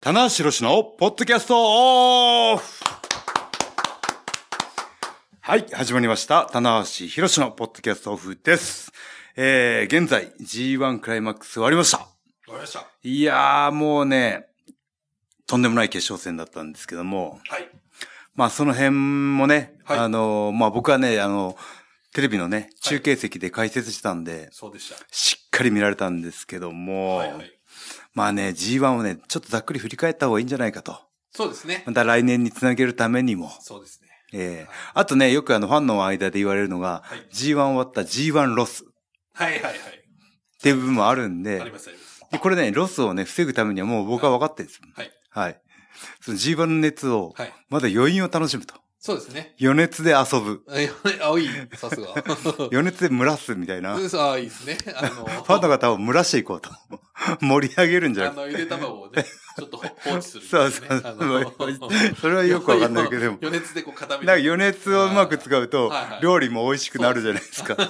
棚橋宏のポッドキャストオフはい、始まりました。棚橋宏のポッドキャストオフです。えー、現在 G1 クライマックス終わりました。わかりました。はいやー、もうね、とんでもない決勝戦だったんですけども、い。まあその辺もね、はいあのー、まあ僕はね、あの、テレビのね、中継席で解説したんで、そうでししっかり見られたんですけどた。も、はいはい。まあね、G1 をね、ちょっとざっくり振り返った方がいいんじゃないかと。そうですね。また来年につなげるためにも。そうですね。ええあとね、よくあのファンの間で言われるのが、はい G1 終わった G1 ロスっはいはいはい。ていう部分もあるんありで、ますあります。でこれね、ロスをね、防ぐためにはもう僕は分かってるんです。はい。はい。その G1 の熱を、はい。まだ余韻を楽しむと。そうですね。余熱で遊ぶ。え青い、さす が。 余熱で蒸らすみたいな。フ嘘あいいですね。あ の、ァンの方を蒸らしていこうと。盛り上げるんじゃなくて。あの、ゆで卵をね、ちょっと放置する、そうそうあのそれはよくわかんないけどでも。余熱でこう固めなんか余熱をうまく使うとはいは、い料理も美味しくなるじゃないですか。フ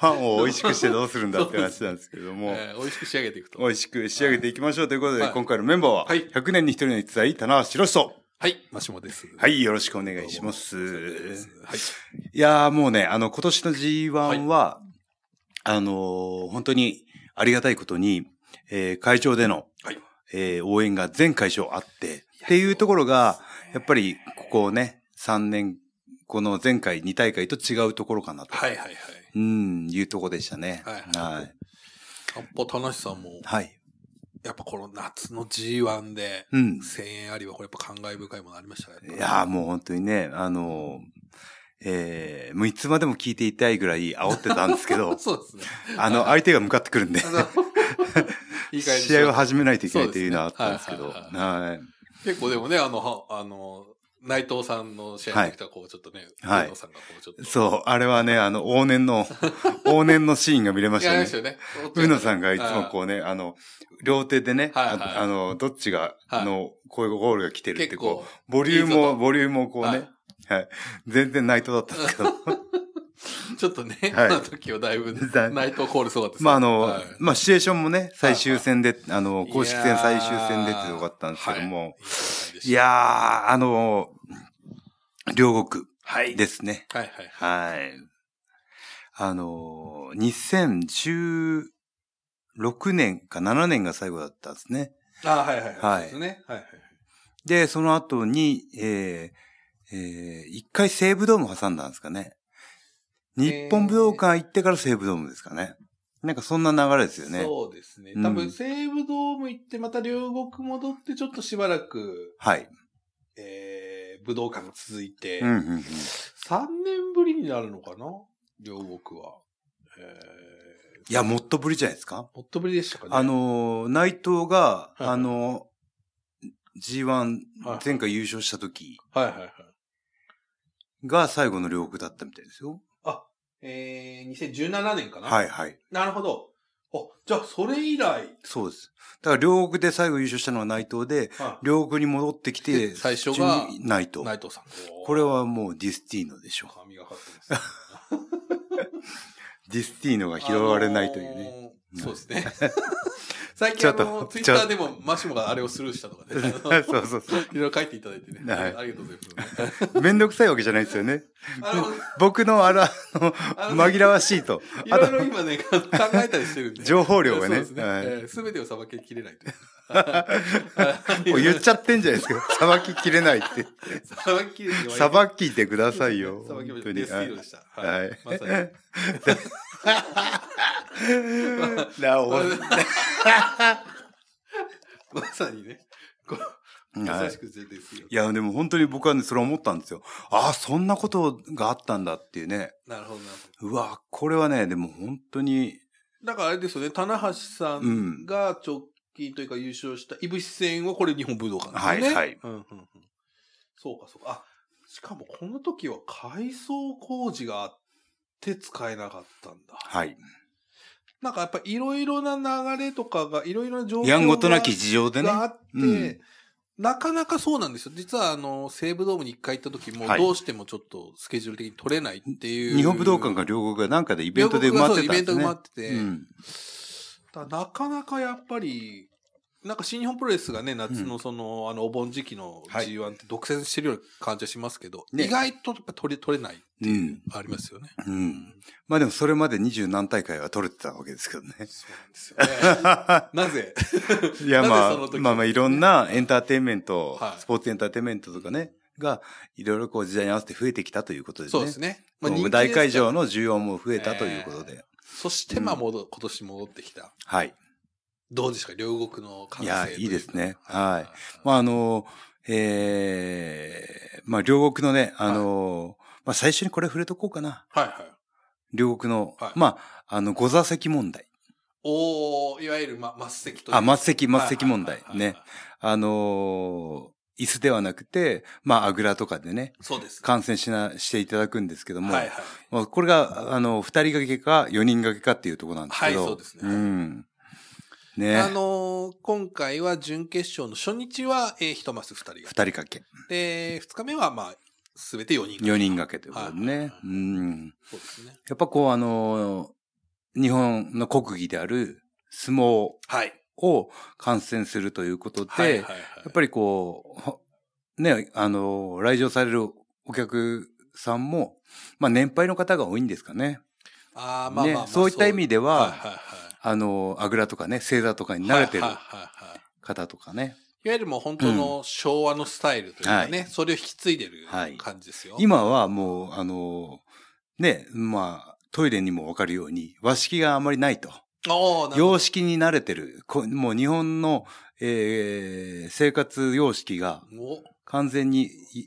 ァンを美味しくしてどうするんだって話なんですけども。えー美味しく仕上げていくと。美味しく仕上げていきましょうということはで、い今回のメンバーは、はい100年に一人の逸材、棚橋宏人。はい、マシモです。。はいい、よろしくお願いしまお疲れ様ですす。はい。いやーもうね、あの、今年の G1 は、あのー本当にありがたいことに、えー会場での、はいえー応援が全会場あって、っていうところが、やっぱり、ここね、3年、この前回2大会と違うところかなと。はいはいはい。うん、いうとこでしたね。はいはい。かっぽ田無さんも、はい。やっぱこの夏の G1 で、うん。 1000円ありはこれやっぱ感慨深いものありましたね。いやーもう本当にね、あのーえーもういつまでも聞いていたいぐらい煽ってたんですけ ど、そうですね。あの、相手が向かってくるん であ。のいい感じ試合を始めないといけないというのはあったんですけど。そうですねはい。結構でもね、あの、はあの、内藤さんの試合の時とか、こう、ちょっとね、はい内藤さんがこう、ちょっと。そう、あれはね、あの、往年 の、往年のシーンが見れまいしやたありねまし。たようね。のさんがいつもこうね、あの、両手でね、はいはいああの、どっちが、はいの、こういうゴールが来てうるっ結てこ構、う、ボリュームいいぞを、とボリュームをこうね、全然ナイトだったんですけど。 はいちょっとね、はいあの時はだいぶ、だ内藤コールすごかったですねまああの、はいまあシチュエーションもね、最終戦で、あの、公式戦最終戦でってよかったんですけども、はいいい戦いでしたい、やー、あの、両国はい。ですね。はいはい。はい。あのー、2016年か7年が最後だったんですね。ああ、はいはいはい。はいそうですね。はいはい。で、その後に、えーえー一回西武ドーム挟んだんですかね。日本武道館行ってから西武ドームですかね。なんかそんな流れですよね。そうですねう。ん多分、西武ドーム行って、また両国戻って、ちょっとしばらく、はい。えー、武道館が続いて、うんうんうん。 3年ぶりになるのかな両国は。えー、いや、もっとぶりじゃないですか。もっとぶりでしたかね。あ、のー、内藤が、いはいあのー、G1 はい前回優勝した時はいはいはい。が最後の両国だったみたいですよ。えー、2017年かな。はいいはい。なるほど。あ、じゃあ、それ以来。そうです。だから両国で最後優勝したのは内藤で、は両国に戻ってきて、で最初が順に内い。藤。内藤さん。これ、はもうディスティーノでしょ神がかってますね。う。ディスティーノが 拾われないというね。あのーそうですね。 最ち近ょあっとの、ツイッちタょっーでもマシモがあれをスルーしたとか ね。あのそうそうそいろいろ書いていただいてね。はいありがとうございます。う。めんどくさいわけじゃないですよね。あの、僕のあら、あの紛らわしいと。いあろいと、ろ今ね、考えたりしてるんで。情報量がそうねです。ね。はいすべてをさばききれないという。 もう言っちゃってんじゃないですか。さばききれないって。さばききれない。さばきてくださいよ。さばき本き当れない。に。デスティーノではした。はいまさに。いなお、はい まさにね。こう優しく全然ですよい。や、でも本当に僕はね、それ思ったんですよ。ああ、そんなことがあったんだっていうね。なるほどなるほうわ、これはね、でも本当に、ど。だからあれですよね、棚橋さんが直近というか優勝したいぶし戦はこれ日本武道館ですよね。はいはいうんうんうん。そうかそうか。あ、しかもこの時は改装工事があって使えなかったんだ。はい。なんかやっぱいろいろな流れとかが、いろいろな状況がやんごとなき事情でね。があって、うんなかなかそうなんですよ。実はあの、西武ドームに一回行った時も、はいどうしてもちょっとスケジュール的に取れないっていう。日本武道館がが両国がなんかでイベントで埋まってたんですね。イベントが埋まってて。うんだからなかなかやっぱり、なんか新日本プロレスがね、夏のその、あの、お盆時期のはい G1 って独占してるような感じはしますけど、ね意外とやっぱ取れ、取れない、うん。ありますよね。うん。まあでもそれまで二十何大会は取れてたわけですけど ね。そうなんですよね。 なぜいや、なぜまあその、時まあまあ、いろんなエンターテインメント、はいスポーツエンターテインメントとかね、が、いろいろこう時代に合わせて増えてきたということですね。そうですね。こう人気大ですから会場の需要も増えたということで。そして、まあ、戻今年戻ってきた。はい。どうですか両国の関い係やいいですねはいままあ、あの、ええまあ、両国のね、あの、まあ、最初にこれ触れとこうかな。あ、はいはい。両国の、はいまあ、あの、五座席問題。おおいわゆる、ま、末席というあ、末席、末席問は題い。はいはいはいね。。あのー椅子ではなくて、まあ、あぐらとかでね、そうです。観戦しな、していただくんですけども、はいはい。まあ、これが、あの、二人掛けか、四人掛けかっていうところなんですけど。はいそうですねん。ね。あのー今回は準決勝の初日は、えー、一マス二人二が。人掛け。で、二日目は、まあ、すべて四人。四人掛けということでね。はいはいはいうん。そうですね。やっぱこう、あのー日本の国技である相撲はい。を観戦するということで、はいはいはい。やっぱりこうほ、ね、あのー来場されるお客さんも、まあ年配の方が多いんですかね。あーまあまあまあね、そういった意味では、はいはいはい。あのーあぐらとかね、正座とかに慣れてるはいはいはいはい方とかね。いわゆるもう本当の昭和のスタイルというかね、それを引き継いでるはい感じですよ。今はもう、あの、ね、まあ、トイレにもわかるように、和式があまりないと。おーなるほ様式に慣れてる。こもう日本の、えー生活様式がどお完全に、い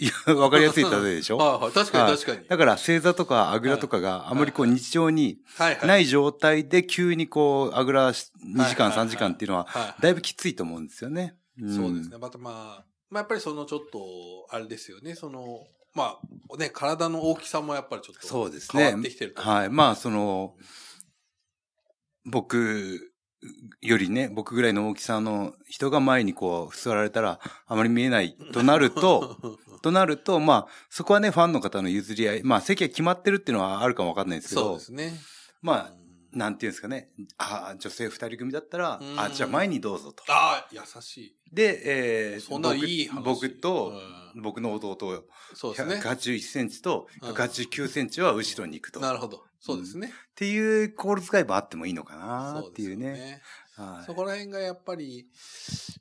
いやわかりやすい例えでしょ はいはい。確かに確かに。だから正座とかあぐらとかがあまりこうはいは日常にはいはい。。ないい状態で急にこうあぐらし2時間はいはいはい3時間っていうのははい、だいぶきついと思うんですよね。んそうですね。。またまあ、まあやっぱりそのちょっと、あれですよね。その、まあ、ね、体の大きさもやっぱりちょっと。そうですね変わってきてると。はい。まあその、僕よりね、僕ぐらいの大きさの人が前にこう座られたらあまり見えないとなる と、となると、まあそこはね、ファンの方の譲り合い、まあ席が決まってるっていうのはあるかもわかんないですけそうどで、すね。まあ、うんなんていうんですかね、ああ、女性二人組だったら、うんあじゃあ前にどうぞと。ああ、優しで、えい。ーそんないい話。僕僕と、うん僕の弟、そうですね。 181センチと189センチは後ろに行くと。なるほど。そうですね。っていう心遣いもあってもいいのかなそっていうね。ですよはいそこら辺がやっぱり、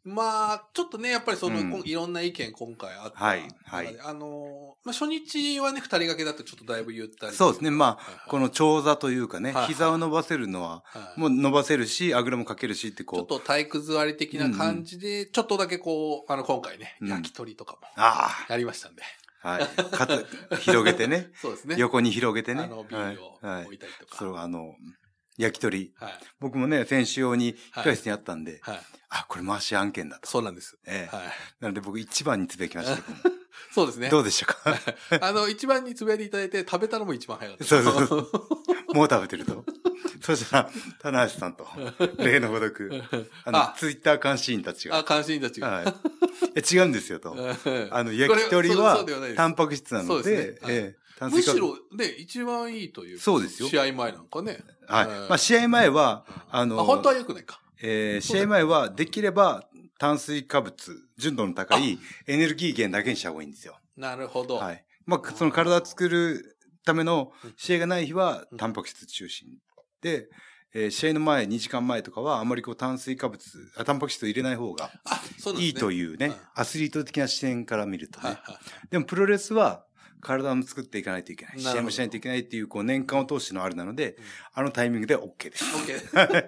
まあ、ちょっとね、やっぱりその、うんこんいろんな意見今回あった。はいはい中であのー、まあ初日はね、二人掛けだとちょっとだいぶゆったり。そうですねまあはいはい、この長座というかね、はいはい膝を伸ばせるのは、はいもう伸ばせるし、あぐらもかけるしってちょっこと体育座り的な感じで、ちょっとだけこう、あの、今回ね、うん焼き鳥とかもう、あやりましたんで。あ、はい。かつ、広げてね、そう ですね。横に広げてね。あの、ビールをはい。は置い、いたりとか。そう、あの、焼き鳥。はい。僕もね、選手用にはい控室にあったんで、はい。あ、これ回し案件だと。そうなんです。ええはい。なので僕一番につぶやきましたけども。そうですねど。うでしたかあの、一番につぶやいていただいて、食べたのも一番早かった。そうそうそもう食べてると。そしたら、棚橋さんと、例のごとく、あの、あツイッター監視員たち あ、が、関心たちが。はいいや違うんですよと。あの、焼き鳥そはうではないで、すタンパク質なのそうでで、すねええ炭む水化し物。ろね、一番いいというかそうですよ試合前なんかね。はいうまん。あ、試合前は、ああ、本の当、は良くないか。えー試合前は、できれば、炭水化物、純度の高いエネルギー源だけにした方がいいんですよ。なるほど。。はいい。まあ、その体を作るための試合がない日はう、んタンパク質中心。で、えー試合の前、2時間前とかは、あまりこう炭水化物、あタンパク質を入れない方があ、そうなんですね。いいとう。いうね、うんアスリート的な視点から見るとはいね。はい。でもプロレスは、体も作っていかないといけない。なる試ほど合もしないといけないっていう、こう年間を通してのあれなのでうん、あのタイミングで OK です。オッケー。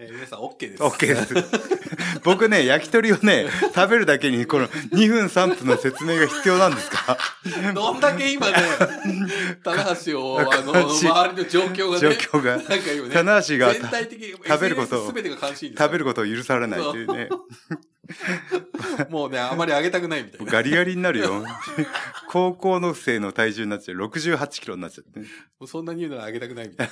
えー皆さんオッケーです。 OK です。 僕ね、焼き鳥をね、食べるだけに、この2分3分の説明が必要なんですかどんだ け今ね、棚橋を、あの、関心周りの状況が状ね、況が。なんか今ね、棚橋が全体的に食べることをすべてが関心です食べることを許されないというね。もうね、あまり上げたくないみたいな。ガリガリになる よ。高校の生の体重になっちゃう。68キロになっちゃってね。もうそんなに言うなら上げたくないみたい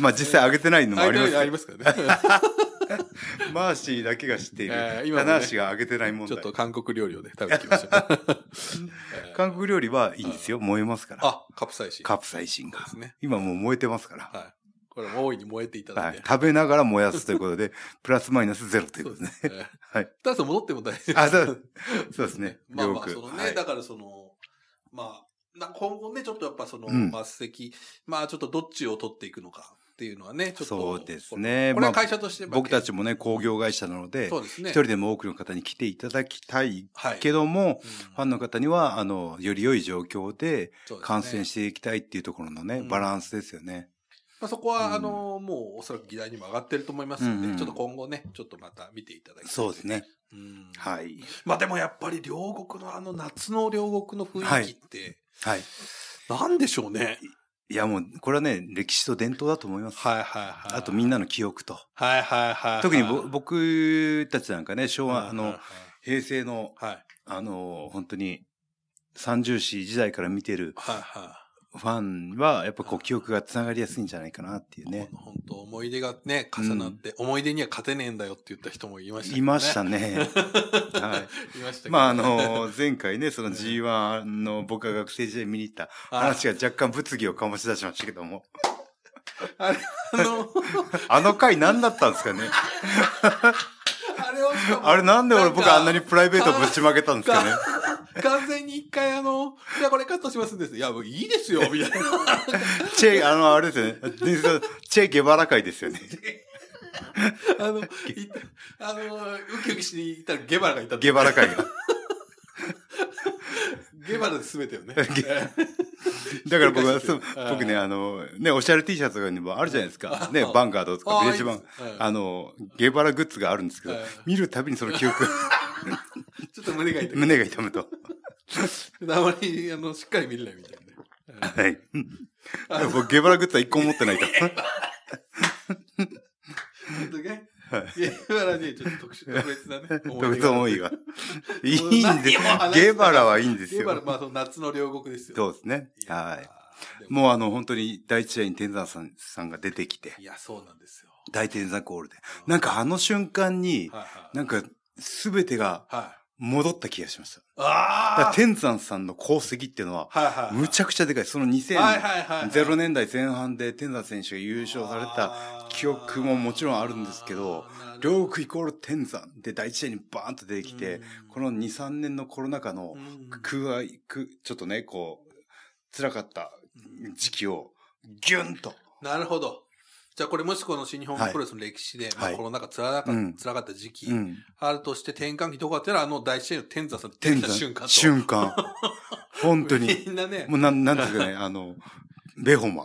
まあ実際上げて ないのもな。あ上りげたまくすないありよ。ますからね。マーシーだけが知っている。えー今もね棚橋が上げてない問ちょっ題と。韓国料理をね、食べてきました。 韓国料理はいいんですよ。燃えますから。あ、カプサイシン。カプサイシンそうがで。すね。今もう燃えてますから。はこれも大いに燃えていただはいいて。。食べながら燃やすということ で、プラスマイナスゼロというこそうとでですね。すね。はい。ただその戻っても大事です。あそうそうですねまあまよあ、くそのね、はいだからその、まあ、な今後ね、ちょっとやっぱその、うん末席、まあちょっとどっちを取っていくのかっていうのはね、ちょっと。そうですねこれはまあ会社として、僕たちも、もね、工業会社なので、そうですね。一人でも多くの方に来ていただきたいはい。けども、うんファンの方には、あの、より良い状況でそうですね感染していきたいっていうところのね、うんバランスですよね。まあ、そこは、うんあの、もうおそらく議題にも上がってると思いますので、うんうんちょっと今後ね、ちょっとまた見ていただきたい。そうです。ね。うん。い。はい。まあでもやっぱり両国のあの夏の両国の雰囲気って、はい。なんでしょうね。いやもう、これはね、歴史と伝統だと思います。はいはいはい。あとみんなの記憶と。はいはいはいはい。特にぼ、僕たちなんかね、昭和、あはいの、平成の、はいはい。あの、本当に、三重士時代から見てるはいはファンは、やっぱこう、記憶がつながりやすいんじゃないかなっていうい。ねね。。本当思い出がね、重なって、思い出には勝てねえんだよって言った人もいましたけどね。いましたね。 はい。 いましたけどねまああ、 の、前回ね、その G1 の僕が学生時代見に行った話が。が若干物議を醸し出しましたけども。あの、あの回何だったんですかねあれをしか もあれなんで俺なん僕かあんなにプライベートぶちまけたんですかね完全に一回あの、じゃあこれカットしますんです。いや、もういいですよ、みたいな。 チェ、あの、あれですよね。伝説のチェ・ゲバラ会ですよね。あの、いあの、ウキウキしに行ったらゲバラがいた。ゲバラ会が。ゲバラで全てよね。ゲだから僕は、そうはい僕ね、あの、ね、オシャレ T シャツとかにもあるじゃないですか。ね、あバンガードとかあビレッジバン。いいですあの、ゲバラグッズがあるんですけどはい、見るたびにその記憶が、うんちょっと胸が痛い。胸が痛むと。あまり、あの、しっかり見れないみたいなね。はい。僕、ゲバラグッズは一個も持ってないと。 ちょっとねは、ゲバラにちょっと特殊、特別なね、 特別思いが。いいもうんで何を話したゲバラはいいんですゲバラ、よ。まあ、その夏の両国ですよ。そうですね。いやーはい。でももうあの、本当に第一試合に天山さんさんが出てきて、いや、そうなんですよ。大天山コールで。なんかあの瞬間に、はいはい。なんか全てがはい。戻った気がしました。だからああ天山さんの功績っていうのは、はいはいはい。むちゃくちゃでかい。そのはい2000はいはい。 0年代前半で天山選手が優勝された、た記憶ももちろんあるんですけど、両国イコール天山で第一試合にバーンと出てきて、この2、3年のコロナ禍の、の、空愛、く、ちょっとね、こう、辛かった時期を、ギュンと。なるほど。じゃあこれもしこの新日本はいプロレスの歴史で、まはあいコロナ禍つらか,、うん辛かった時期、うん。あるとして転換期どこかっていうのはあの第一試合の天山さん出てきた瞬間と。瞬 間。本当に。みんなね、もう、なん、なんていうか ね、あの、ベホマ、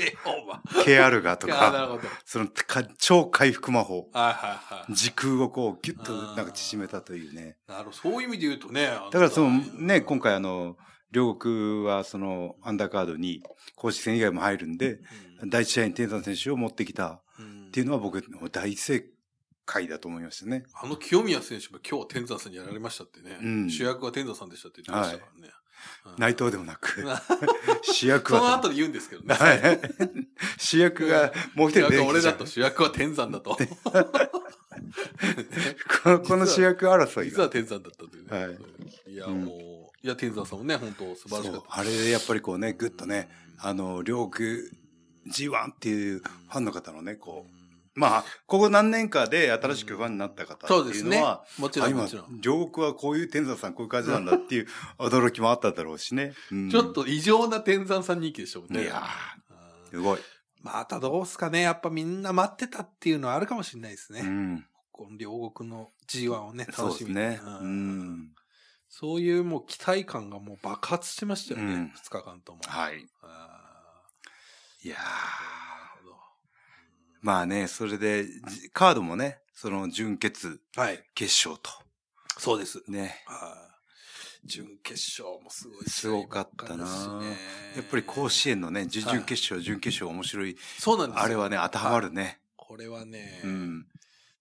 え、ほんま。ケアルガとあーなるか、ほど。その、か超回復魔法。はいはいはい。時空をこう、ギュッとなんか縮めたというね。なるほど。そういう意味で言うとね。あだからその、ね、今、回あの、両国はその、アンダーカードに、公式戦以外も入るんで、第一試合に天山選手を持ってきたっっていうのは僕、大正解だと思いましたね。あの清宮選手も今日天山さんにやられましたってね。うん主役は天山さんでしたって言ってましたからね。うん内藤でもな く、主そ役は。の後で言うんで すけどね。はい。主役がもう一主人出役はて俺きちゃだうと、主役は天山だ と。こ のこの主役争い実がは。天山だったというね。はいい、や、もう、いや、天山さんもね、本当素晴らしそかっうた。あれでやっぱりこうね、ぐっとね、あの、両国 G1 っていうファンの方のね、こう、まあ、ここ何年かで新しくファンになった方そうっでていすうのねは、。もちろあん、今もちろん。、両国はこういう天山さんこういう感じなんだっていう 驚きもあっただろうしね。うんちょっ、と異常な天山さん人気でしたもんいね。やうーすんごい。またどうすかね。やっぱみんな待ってたっていうのはあるかもしれないですね。うん。この両国の G1 をね、そう楽ですしみにね。うんうん。そういうもう期待感がもう爆発してましたようんね。二日間とも。はい。あいやーー。なるほまあね、それで、じカードもね、その準決、どはい。決勝と。そうです。ね。はい準決勝もすごいすごかったなやっぱり甲子子園のね、準々決勝、準決勝面白い。 そうなんですよあれはね、当てはまるね。これはね、うん。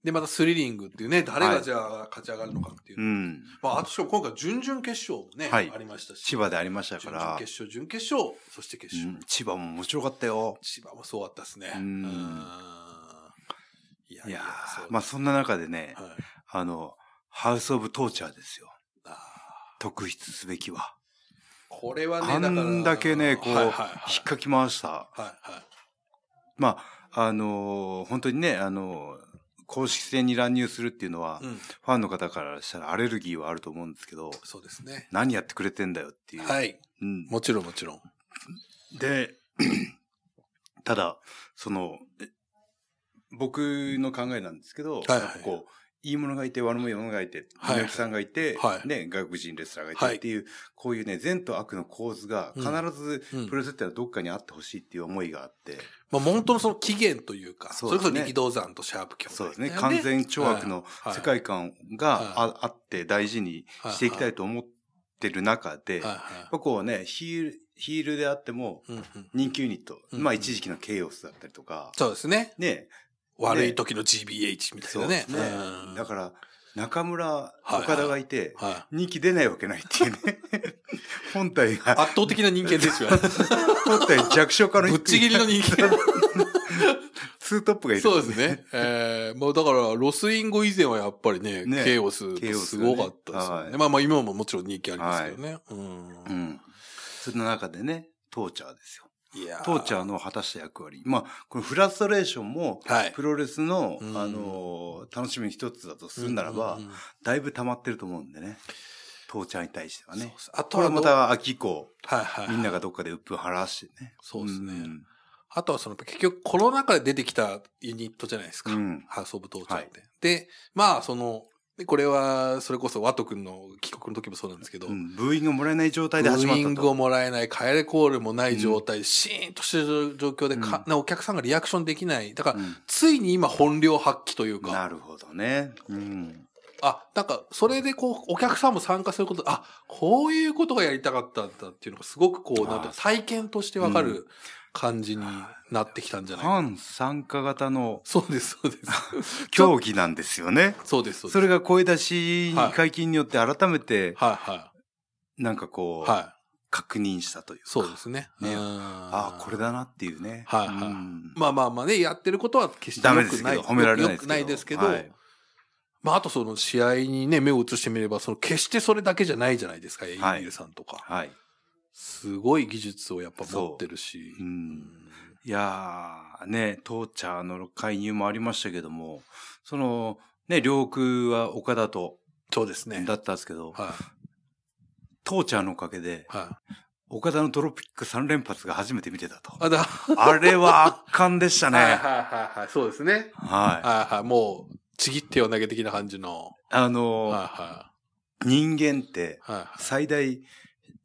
で、またスリリングっていうね、誰はがいじゃあ勝ち上がるのかっていう。うん。まあ、あとしかも今回準々決勝もね、はいありましたし。千葉でありましたか準ら々、決勝、準決勝、そして決う勝。ん千葉も面白かったよ。千葉もそうだったですね。うんうーいやいいややーそうまあそんな中でね、はいあの、ハウスオブトーチャーですよ。あー特筆すべきは。これはね、あんだけね、こう、はいはい引っかき回したはいはいまあ、あのー本当にね、あのー公式戦に乱入するっていうのは、うん。ファンの方からしたらアレルギーはあると思うんですけど、そうですね。何やってくれてんだよっていう。はい。うん、もちろんもちろん。で、 ただ、その、え僕の考えなんですけど、はいはいやっぱこう、いいものがいて悪いものがいて、はい猪木さんがいて、はいね、外国人レスラーがいはいてっていう、こういうね、善と悪の構図が必ずうんプロレスってのはどっかにあってほしいっていう思いがあって、まあ、本当のその起源というか、そそうですねれこそ力道山とシャープ兄弟そうですね、完全懲悪の世界観があ,、あって大事にしていきたいと思ってる中で、はいやっはぱこうね、ヒール、ヒールであっても、い。うんうん人気ユニット、うんまあ一時期のケイオスだったりとか、そうですね。ね、悪い時の GBH みたいそうなでねす。ね。だから、中村、いはい岡田がいて、ら、はい。人気出ないわけないっていう ね。本体が、圧倒的な人 間ですよ。本体弱小化のぶっちぎりの人間。ツートップがいる。そうですね。えー、まあだから、ロスインゴ以前はやっぱりね、ねケイオス、すごかったですよね。ケイオスがねはいまあまあ今ももちろん人気ありますけどね。うんうん。その中でね、トーチャーですよ。いやトーチャーの果たした役割。まあ、このフラストレーションも、はい。プロレスの、うんあのー楽しみの一つだとするならば、うんうんうんだいぶ溜まってると思うんでね。トーチャーに対してはそうねで。すあとこれはまどう、はいた秋以降、はい。みんながどっかで鬱憤晴らしてね。そうですね。んあとはその、結局コロナ禍で出てきたユニットじゃないですか。うんハウス・オブ・トーチャーって。で、まあその、でこれは、それこそ、ワト君の帰国の時もそうなんですけど、うん、ブーイングをもらえない状態でブ始まっーイたングをと。もらえない、帰れコールもない状態で、シーンとしてる状況でか、なお客さんがリアクションできない。だから、うんついに今本領発揮というなか、るほどね。うん。あ、なんか、それでこう、お客さんも参加すること、あ、こういうことがやりたかったんだっていうのが、すごくこう、なあんかー体験としてわかる感じになってきたんじゃないかな。反参加型のそうです、そうです。競技なんですよね。そうです、そうです。それが声出しはい解禁によって改めて、はい、はなんかこい。う、はい。確認したというか。そうですね。ねうんああ、これだなっていうね。はいはいうんまあまあまあね、やってることは決してダ良メですくなけい。ど、褒められない良くないですけど、はいまああとその試合にね、目を移してみれば、その決してそれだけじゃないじゃないですか、エイミールさんとか。はい。すごい技術をやっぱ持ってるし。う。うんんいやー、ね、当茶の介入もありましたけども、その、ね、両国は岡田と、そうですね。だったんですけど、はい。当茶のおかげで、はい。岡田のトロピック3連発が初めて見てたと。あ、だ、あれは圧巻でしたね。はいはいははいはい。そうですね。い。はいはい。もう、ちぎってよ投げ的な感じの。あはいの、は人間ってい。はいはい最大、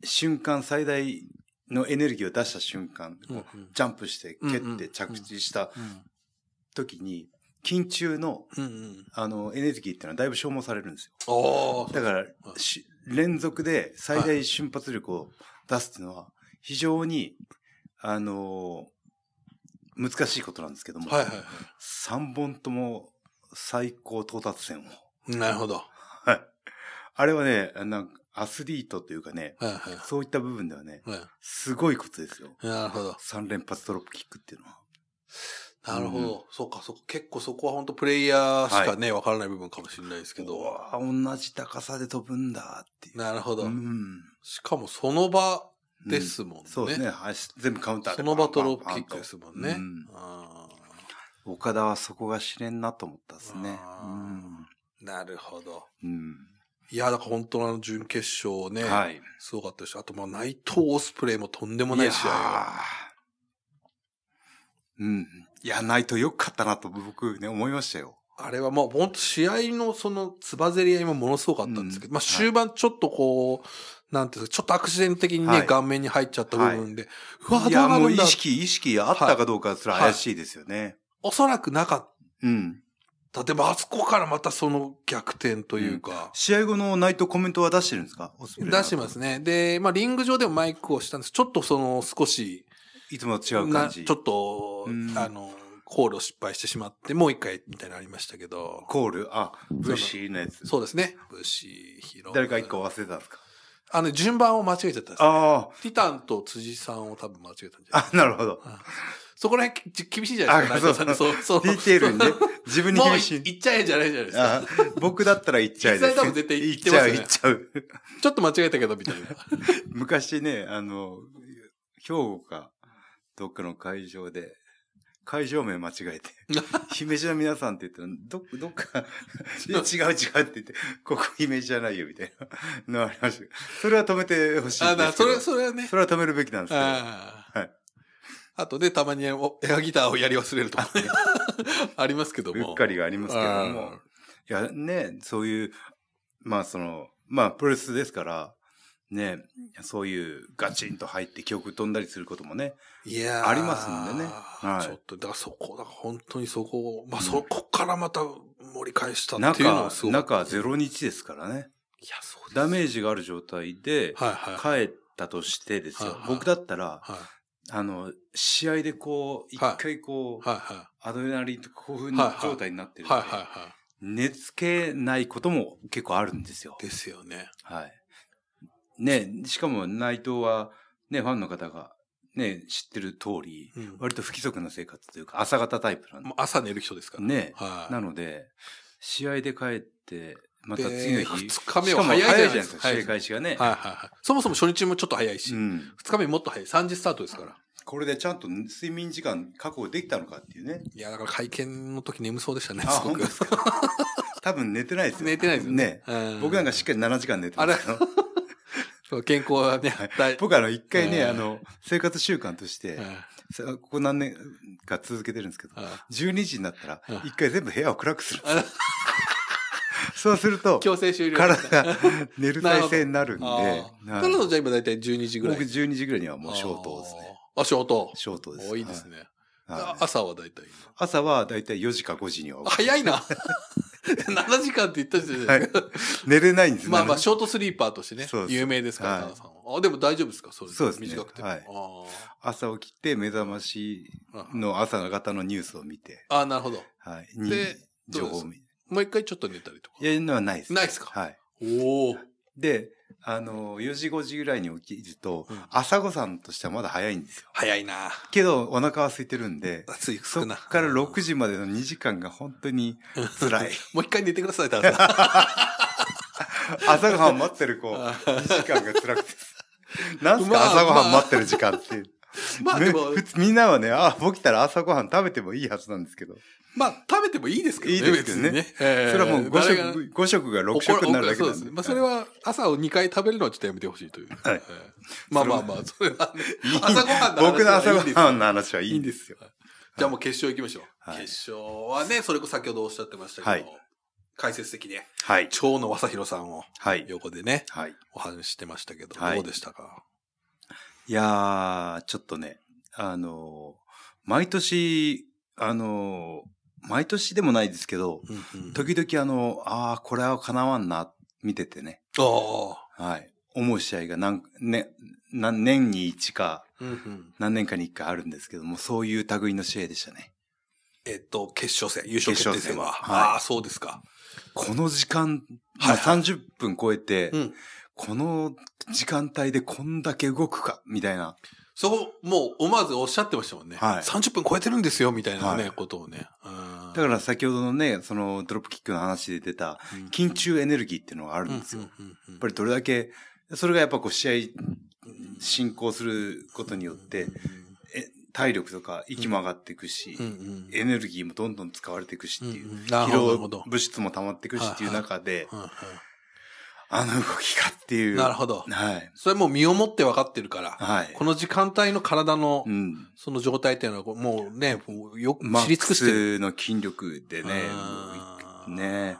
瞬間最大のエネルギーを出した瞬間、うんうこんうジャンプしてうん蹴うっんて着地したうん時に、緊中のうんうん。あのエネルギーっていうのはだいぶ消耗されるんですおよ。ー。だからう、んし連続で最大瞬発力を出すっていうのは非常に、あの難しいことなんですけども、はいはいは3本とも最高到達点を。い。なるほど。ははい。あれはね、なんかアスリートというかね、いはそういった部分ではね、い。はいすごいことですよ。なるほど。 3連発ドロップキックっていうのは。なるほうど。そうか、そうか。結構そこは本当プレイヤーしかね、わ、からない部分かもしれないですけうど。わー同じ高さで飛ぶんだっていう。なるほど、うん。しかもその場うんですもんね。そうですね。はい全部カウンターでその場とロープキッパクンパンパンとですもんね。うんあ岡田はそこが知れんなと思ったですね。あうーん。ーなるほど。うん。いや、だから本当のあの準決勝ね、はい。すごかったし、あとまあ内藤オスプレイもとんでもない試いや合ーうん。いや、ないとよかったなと僕ね、思いましたよ。を。あれはまあ本当試合のそのつばぜり合いもものすごかったんですけど、うんまあ終盤ちょっとこう、なんていうんですか、ちょっとアクシデント的にね、はい顔面に入っちゃった部分で、うわ、どういや、なもるうん意だ識、意識あったかどうかすら怪しいですよね。おそらくなかった。うん。だってまああそこからまたその逆転というか、試合後のナイトコメントは出してるんですかオスプレイの出してますね。で、まあリング上でもマイクをしたんです。ちょっとその少し、いつもと違うな感ちじ。ょっと、うんあの、コールを失敗してしまって、もう一回みたいなのありましたけど、コールあ、ブッシーのやつ。そうですね。武士、ヒロ。誰か一個忘れたんですかあの、順番を間違えちゃったんです。あティタンと辻さんを多分間違えたんじゃないあ、あ、なるほど。そこら辺き厳しいじゃないですか、あ内藤さんね そう、そう。ディテールにね、自分にもう厳しい。行っちゃえじゃないじゃないですか。あ僕だったら言っちゃうです。実際多分絶対言ってますよね言っちゃう、言っちゃう。ちょっと間違えたけど、みたいな。昔ね、あの、兵庫か、どっかの会場で、会場名間違え て、姫路の皆さんって言ったら、ど、どっか、いや違う違うって言って、ここ姫路じゃないよみたいなのありましたけど。それは止めてほしいあ、んでだ、すけそど。れ、それはねそ。れは止めるべきなんですけど。ああはいあとで、たまにエアギターをやり忘れるとかね。 ありますけどうも。っかりがありますけれどもあ。いや、ね、そういう、まあその、まあプロレスですから、ね、そういうガチンと入って記憶飛んだりすることもね。いやーありますんでねはいちょっと、だからそこ、だから本当にそこを、まあ、うんそこからまた盛り返したっていうの中はす、ごい。中0日ですからね。いや、そうです。ダメージがある状態で、はいはい。はい帰ったとしてですよはい。はい僕だったら、あの、試合でこう、一はい回こう、はいはアドレナリンと興奮はいはい状態になってい。るんではいはいは寝つけないことも結構あるんですよい。。ですよね。はい。ね、しかも内藤は、ね、ファンの方が、ね、知ってる通り、うん割と不規則な生活というか、朝方タイプなんでもう、朝寝る人ですから。ね。はい。なので、試合で帰って、また次の日、 2日目しかはも早早いじゃないいじゃなでいですすか。か、試合開始がね。はいはいはい。そもそも初日もちょっと早いし、う2ん。日目もっと早い。3時スタートですから。これでちゃんと睡眠時間確保できたのかっていうね。いや、だから会見の時眠そうでしたね、あ、 すご本当くで。す か。多分寝てないですよ寝てないですよねね。。僕なんかしっかり7時間寝てますけど。そう健康はね、大 僕あの、一回ね、うんあの、生活習慣としてうん、さここ何年か続けてるんですけど、うん12時になったらうん、一回全部部屋を暗くする。あそうすると、強制終了。体が寝る体勢になるんで、あはいーなるほど、じゃあ今大体12時ぐらい。僕12時ぐらいにはもう消灯ですね。あー。あ、消灯。消灯です。おいいですね。はい。あはい朝は大体。朝はだいたい4時か5時には起き早いな !7 時間って言ったじゃはないいですか。寝れないんですまあまあ、なのでショートスリーパーとしてねそう、です有名ですから、はい田中さんは。あ、でも大丈夫ですかそれそうですね短くて。はいあ朝起きて目覚ましーの朝方のニュースを見て、あー、なるほど。はい。にで情報を見もう一回ちょっと寝たりとか。いやるのはないです。ないですかはい。おお。で、あの、4時5時ぐらいに起きると、うん朝ごさんとしてはまだ早いんですよ。早いなけど、お腹は空いてるんで、暑い、そ少っな。から6時までの2時間が本当 に辛い。もう一回寝てください、田中さん。朝ごはん待って る子、2あー時間が辛くて。なんすまあか朝ごはん待ってる時間って。 まあでもね、普通みんなはね、あ、起きたら朝ごはん食べてもいいはずなんですけど。まあ食べてもいいですけどね、いいですけどね別にえーそれはもう5誰が食、五食が6食になるだけそうなでんすでね。。まあそれは朝を2回食べるのはちょっとやめてほしいという。はいえーまあまあまあ、それはねいい朝ごはんの話僕の朝ごはいいんですはんの話はいいいいんんでですすよよ。。じゃあもう決勝行きましょう。はい決勝はね、それこそ先ほどおっしゃってましたけど、はい解説的ね、はい。蝶野正宏さんをはい。横でね、はい。お話ししてましたけど、はいどうでしたかいやー、ちょっとね、あのー毎年、あのー毎年でもないですけど、うんうん時々あの、ああ、これは叶わんな、見ててね、ああ。はい。思う試合が何、ね、何年に一か、うんうん何年かに一回あるんですけども、そういう類の試合でしたね。えっと、決勝戦、優勝決定戦は。決勝戦はああ、そうですか。この時間、まはいあ30分超えて、うんこの時間帯でこんだけ動くか、みたいな。そこ、もう思わずおっしゃってましたもんね。はい30分超えてるんですよ、みたいなね、はいことをね。だだから先ほどのね、そのドロップキックの話で出た、ら緊急エネルギーっていうのがあるんですよ。やうんうんうんうんっぱりどれだけ、それがやっぱこう試合進行することによって、え体力とか息も上がっていくし、うんうんエネルギーもどんどん使われていくしっていうう、んうんなる疲ほどな労るほど物質も溜まっていくしっていう中で、うんうんあの動きかっていう。なるほど。はい。それはもう身をもって分かってるから、はい。この時間帯の体のう、ん。その状態っていうのは、もうね、もうよくマ知り尽ックくしてる。スの筋力でね、あーね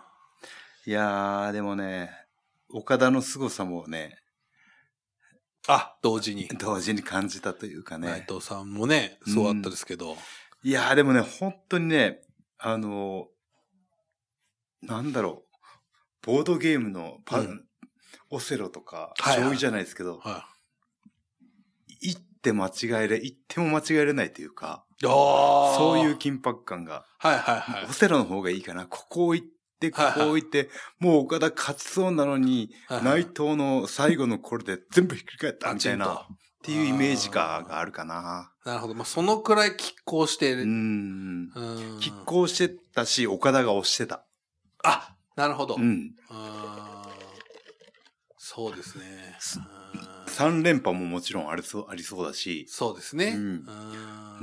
いやー、でもね、岡田の凄さもね、あ、同時に。同時に感じたというか内ね。藤さんもね、そうあったですけど。いやー、でもね、本当にね、あのーなんだろう、ボードゲームのパ、うんオセロとか、はいはい将棋じゃないですけど、はい。一手間違えれ、一手も間違えれないというか、ああ。そういう。緊迫感が、はいはいはいオ。セロの方がいいかな。ここ行って、ここ行って、もう岡田勝ちそうなのに、 はいはい内藤の最後のこれで全部ひっくり返ったみたいガな、っチンとていうイメージががあるかな。なるほど。まあ、そのくらい拮抗してうる。ん。うん拮抗してたし、岡田が押してた。あ、なるほど。うん。あーそうですね。うん3連覇ももちろんありそう、ありそうだし、そうですね。うんうん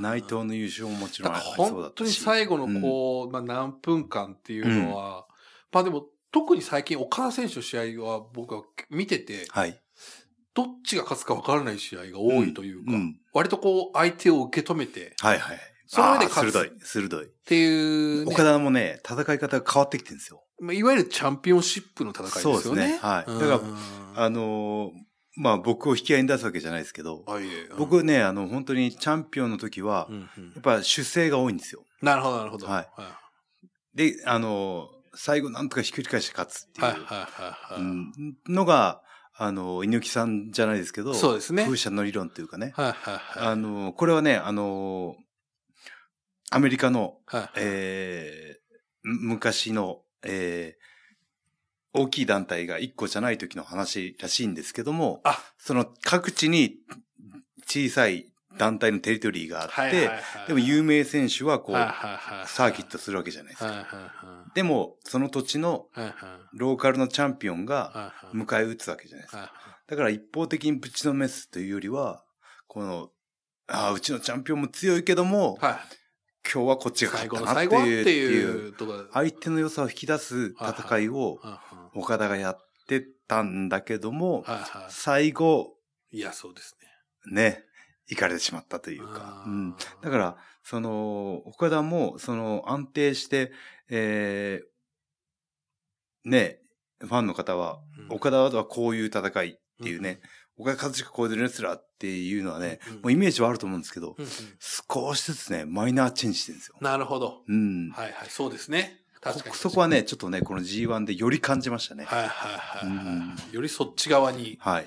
内藤の優勝ももちろだんかあらりそうだっ本当たにし。最後のこう、まあ何分間っていうのは、まあでも特に最近岡田選手の試合は僕は見てて、はい。どっちが勝つか分からない試合が多いというか、うん。割とこう相手を受け止めてっはいはい。その上であー勝つ鋭い、鋭い。ていう、ね岡、田もね、戦い方が変わってきてるんですよ。まあいわゆるチャンピオンシップの戦いですよね。そうですねはいうんだからあのーまあ僕を引き合いに出すわけじゃないですけど、あいえうん僕ね、あの、本当にチャンピオンの時はう、んうやんっぱ主勢が多いんですよ。なるほど、なるほど。はいで、あのー最後なんとかひっくり返して勝つっていうはい、はい、はい。はいうんのが、あのー猪木さんじゃないですけど、そうですね。風車の理論というかね。はい、はい、はい。あのーこれはね、あのーアメリカのはいえーむ昔の、えー大きい団体が1個じゃない時の話らしいんですけども、あその各地に小さい団体のテリトリーがあって、はいはいはいでも有名選手はこう、はいはいはいサーキットするわけじゃないですか。はいはいでも、その土地のはいはいローカルのチャンピオンがはい迎え撃つわけじゃないですか。はいだから一方的にぶちのめすというよりは、この、ああ、うちのチャンピオンも強いけども、はい今日はこっちが最勝った後のな最って後はっていう。っていういうところで相手の良さを引き出す戦いをうんうん岡田がやってたんだけども、はいは最後、いいやそうですねね、行かれてしまったというか。あうーんだから、その、岡田も、その、安定して、えーね、ファンの方は、うん岡田はこういう戦いっていうね、岡田和彦こういうレスラーっていうのはね、うんうんもうイメージはあると思うんですけど、うんうん少しずつね、マイナーチェンジしてるんですよ。なるほどうん。はいはいそうですね確かにこそこはね、ちょっとね、この G1 でより感じましたね。はいはいはいはういよりそっち側にはい。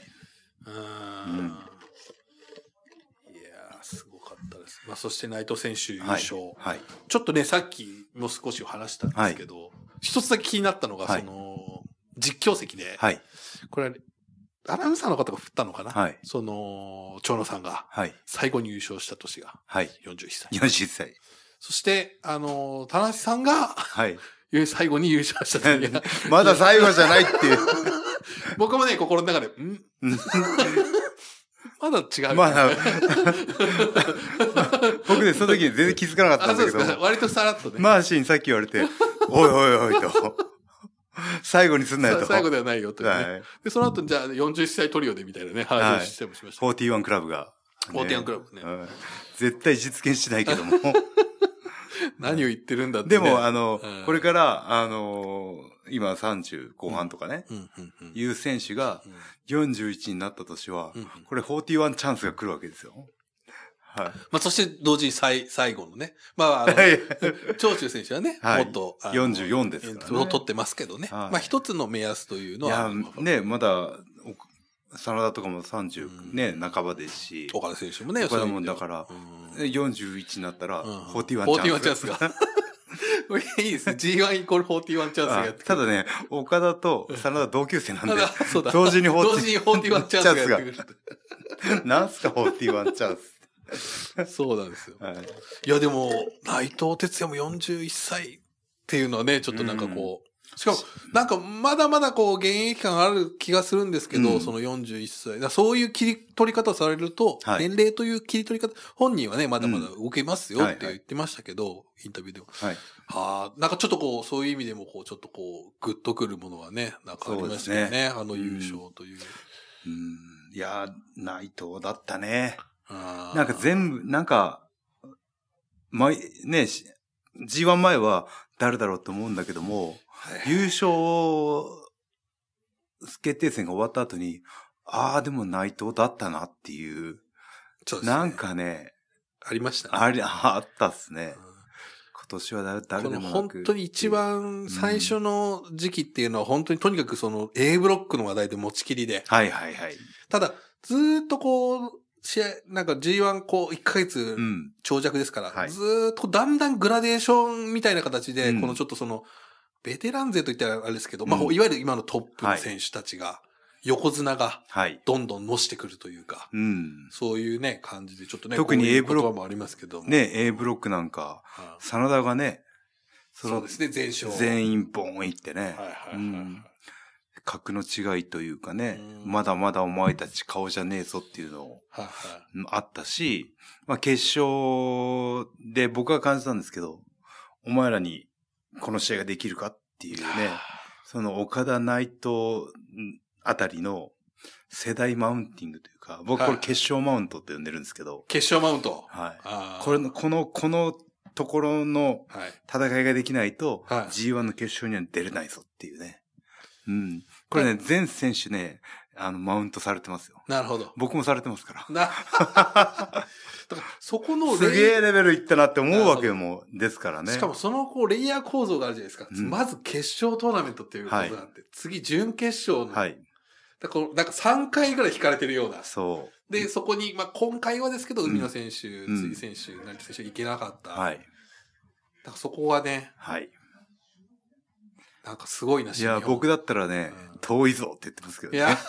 うーんいやーすごかったですまあそして内藤選手優はい。勝はい。ちょっとね、さっきも少し話したんですけど、一つだけ気になったのが、はいその、実況席で、はい。これ、アナウンサーの方が振ったのかな、はい。その、長野さんがはい。最後に優勝した年がはい。 41歳。 40歳。そして、あの、田無さんが はい。最後に優勝した年が、まだ最後じゃないっていう。 僕もね、心の中で、ん まだ違う。まあ、僕ね、その時全然気づかなかったあ、んそだうでけすか。ど、割とさらっとね。マーシーにさっき言われて、おいおいおいと。最後にすんなよと。最後ではないよというね、はい。で、その後、じゃあ41歳トリオでみたいなね、話をしたりもしました。 41クラブが。フォーティアンクラブね。ブ。絶対実現しないけど も。何を言ってるんだって、ね。でも、あのうん、これから、あの、今30後半とかね、うんうんうんいう選手がうん41になった年は、うんうんこれ41チャンスが来るわけですよ。はい。まあ、そして同時に最最後のね、まあ、あの長州選手はね、はいもっとあの44ですからねを取ってますけどね、はいまあ、一つの目安といういのはや、、ね、まだ、お真田とかも30ね、半ばですし、岡田選手もね、岡田もそういう意味ではだからうん41になったら、うん41チャンス。 41チャンスが。これ いいですね。G1 イコール41チャンスがやあってくたるだね、岡田と真田同級生なんでた、だ、そうだ。同時に同時に41チャンスがやってくる。 なんすか41チャンス。そうなんですよ。はいいや、でも、内藤哲也も41歳っていうのはね、ちょっとなんかこう、しかも、なんかまだまだこう、現役感ある気がするんですけど、うんその41歳。だからそういう切り取り方をされると、はい年齢という切り取り方、本人はね、まだまだ動けますようんっはいてはい言ってましたけど、インタビューでも。はい。ああ、なんかちょっとこう、そういう意味でもこう、ちょっとこう、グッとくるものはね、なんかありましたよそうですね。あの優勝という。うん。いや、内藤だったね。あーなんか全部、なんか、前、ね、し G1 前は誰だろうと思うんだけども、はい優勝決定戦が終わった後に、ああ、でも内藤だったなっていう、そうですねなんかね、ありましたね。あれ、あったっすねう。ん今年は誰誰こでのもなく。本当に一。番最初の時期っていうのは本当にとにかくその A ブロックの話題で持ちきりで、はいはいはい。ただずーっとこう、試合、なんか G1 こう1ヶ月うん。長尺ですから、はいずーっとだんだんグラデーションみたいな形で、うんこのちょっとその、ベテラン勢といったらあれですけど、まあうんいわゆる今のトップの選手たちが、横綱がはい。どんどんのしてくるというか、うん。そういうね、感じでちょっとね、特にこういう A ブロック言葉もありますけども。ね、A ブロックなんか、はい真田がね、そうですね、全勝。全員ボーンいってね、はいはいはいはい。うん格の違いというかね、うんまだまだお前たち顔じゃねえぞっていうのをはいはい。うんあったし、まあ決勝で僕は感じたんですけど、お前らにこの試合ができるかっていうね、その岡田内藤あたりの世代マウンティングというか、僕こはれい決勝マウントって呼んでるんですけど、決勝マウント。はい。あーこれの、。この、このところのはい。戦いができないと、はい G1 の決勝には出れないぞっていうね。うん。これね、全選手ね、あの、マウントされてますよ。なるほど。僕もされてますから。 な、だからそこのすげレイえレベルいったなって思うわけよもう、ですからね。しかもそのこうレイヤー構造があるじゃないですか。うんまず決勝トーナメントっていうことがあって、次準決勝の、はい。だからこうなんか3回ぐらい引かれてるような。そで、そこに、まあ、今回はですけど、うん海野選手、うん辻選手、成田選手行けなかった。う。だかはい。らそこはね、はい。なんかすごいな、い新日や、本僕だったらねうん、遠いぞって言ってますけどいね。や、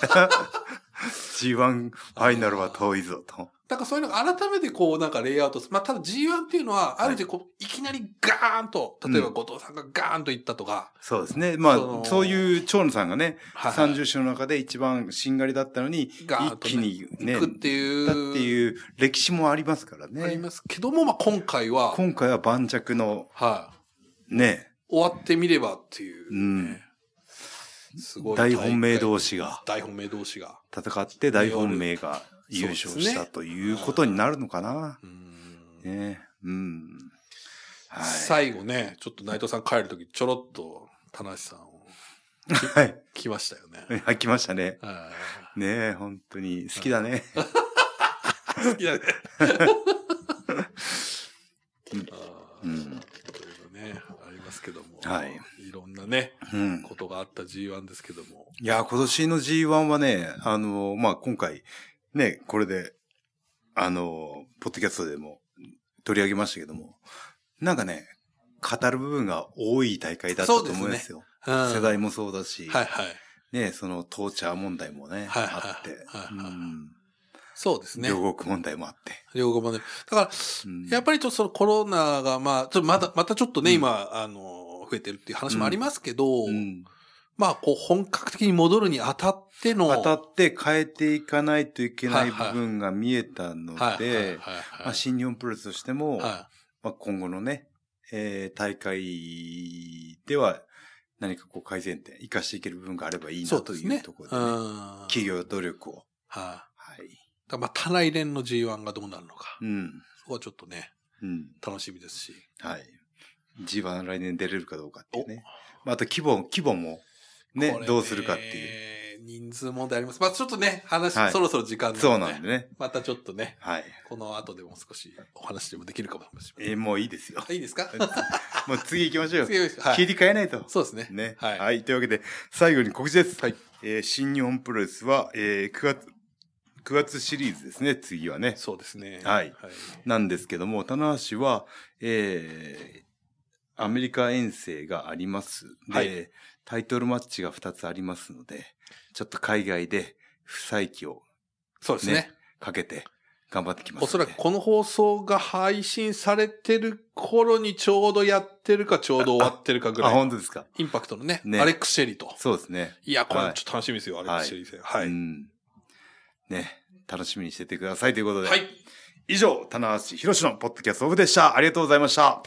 G1 ファイナルは遠いぞと。だからそういうのが改めてこうなんかレイアウトすまあただ G1 っていうのは、ある意味こう、い、きなりガーンと、例えばうん後藤さんがガーンと行ったとか、そうですね。まそのあ、そういう長野さんがね、はい30種の中で一番しんがりだったのに、ガーン一と気にね、行くっていう、だっていう歴史もありますからありね。ますけども、まあ今回は、はい、今回は盤石のね、終わってみればっていう、うんすごい大本命同士が大本命同士が。戦って大本命が優勝したということになるのかな。うんね。うん。は最後ね、ちょっと内藤さん帰るとき、ちょろっと、田無さんをい。はい。来ましたよ ね。はい、来ましたね。はいねえ、本当に好きだね。好きだね。あーうんいろいろね、ありますけども。はいいろんなね、うん。ことがあった G1 ですけども。いや、今年の G1 はね、あの、まあ、今回、ね、これで、あの、ポッドキャストでも取り上げましたけども、なんかね、語る部分が多い大会だったと思うんですよ。世代もそうだし、はいはい。ね、その、トーチャー問題もね、はいはいあって、はいはういんそうですね。両国問題もあって。両国もね。だから、うんやっぱりちょっとそのコロナが、まあ、ちょっとまだ、またちょっとね、うん今、あの、増えてるっていう話もありますけど、うんまあ、こう、本格的に戻るにあたっての、当たって変えていかないといけないはいは部い分が見えたのはいはいはいで、まはあ新日本プロレスとしても、いはまあ、今後のね、えー大会では何かこう改善点、生かしていける部分があればいい。いそなうとでいすうね。ところで、ねうん。企業努力を。はい。はい。だからまあ、他来連の G1 がどうなるのか。うん。そこはちょっとね、うん。楽しみですし。はい。G1 来年出れるかどうかっていうね。まあ、あと規模、規模もねこれどうするかっていう。人数問題あります。まあ、ちょっとね、話、はいそろそろ時間そうなんでね。またちょっとね、はい。この後でも少しお話でもできるかもしれません。えーもういいです よ。いいですかもう次行きましょうよ。次よろしくは切い。り替えないと。そうですね。ね。はい。というわけで、最後に告知です。はいえー新日本プロレスは、えー9月、9月シリーズですね、次はね。そうですね。はいなんですけども、棚橋は、えーアメリカ遠征があります。で、はいタイトルマッチが2つありますので、ちょっと海外で不再起をそうですねねかけて頑張ってきますので。おそらくこの放送が配信されてる頃にちょうどやってるかちょうど終わってるかぐあ、らい。本当ですか。インパクトのね、ねアレックス・シェリーと。そうですね。いや、これはいちょっと楽しみですよ、アレックス・シェリー戦。はうい。ん。ね、楽しみにしててくださいということで。はい。以上、棚橋博士のポッドキャストオフでした。ありがとうございました。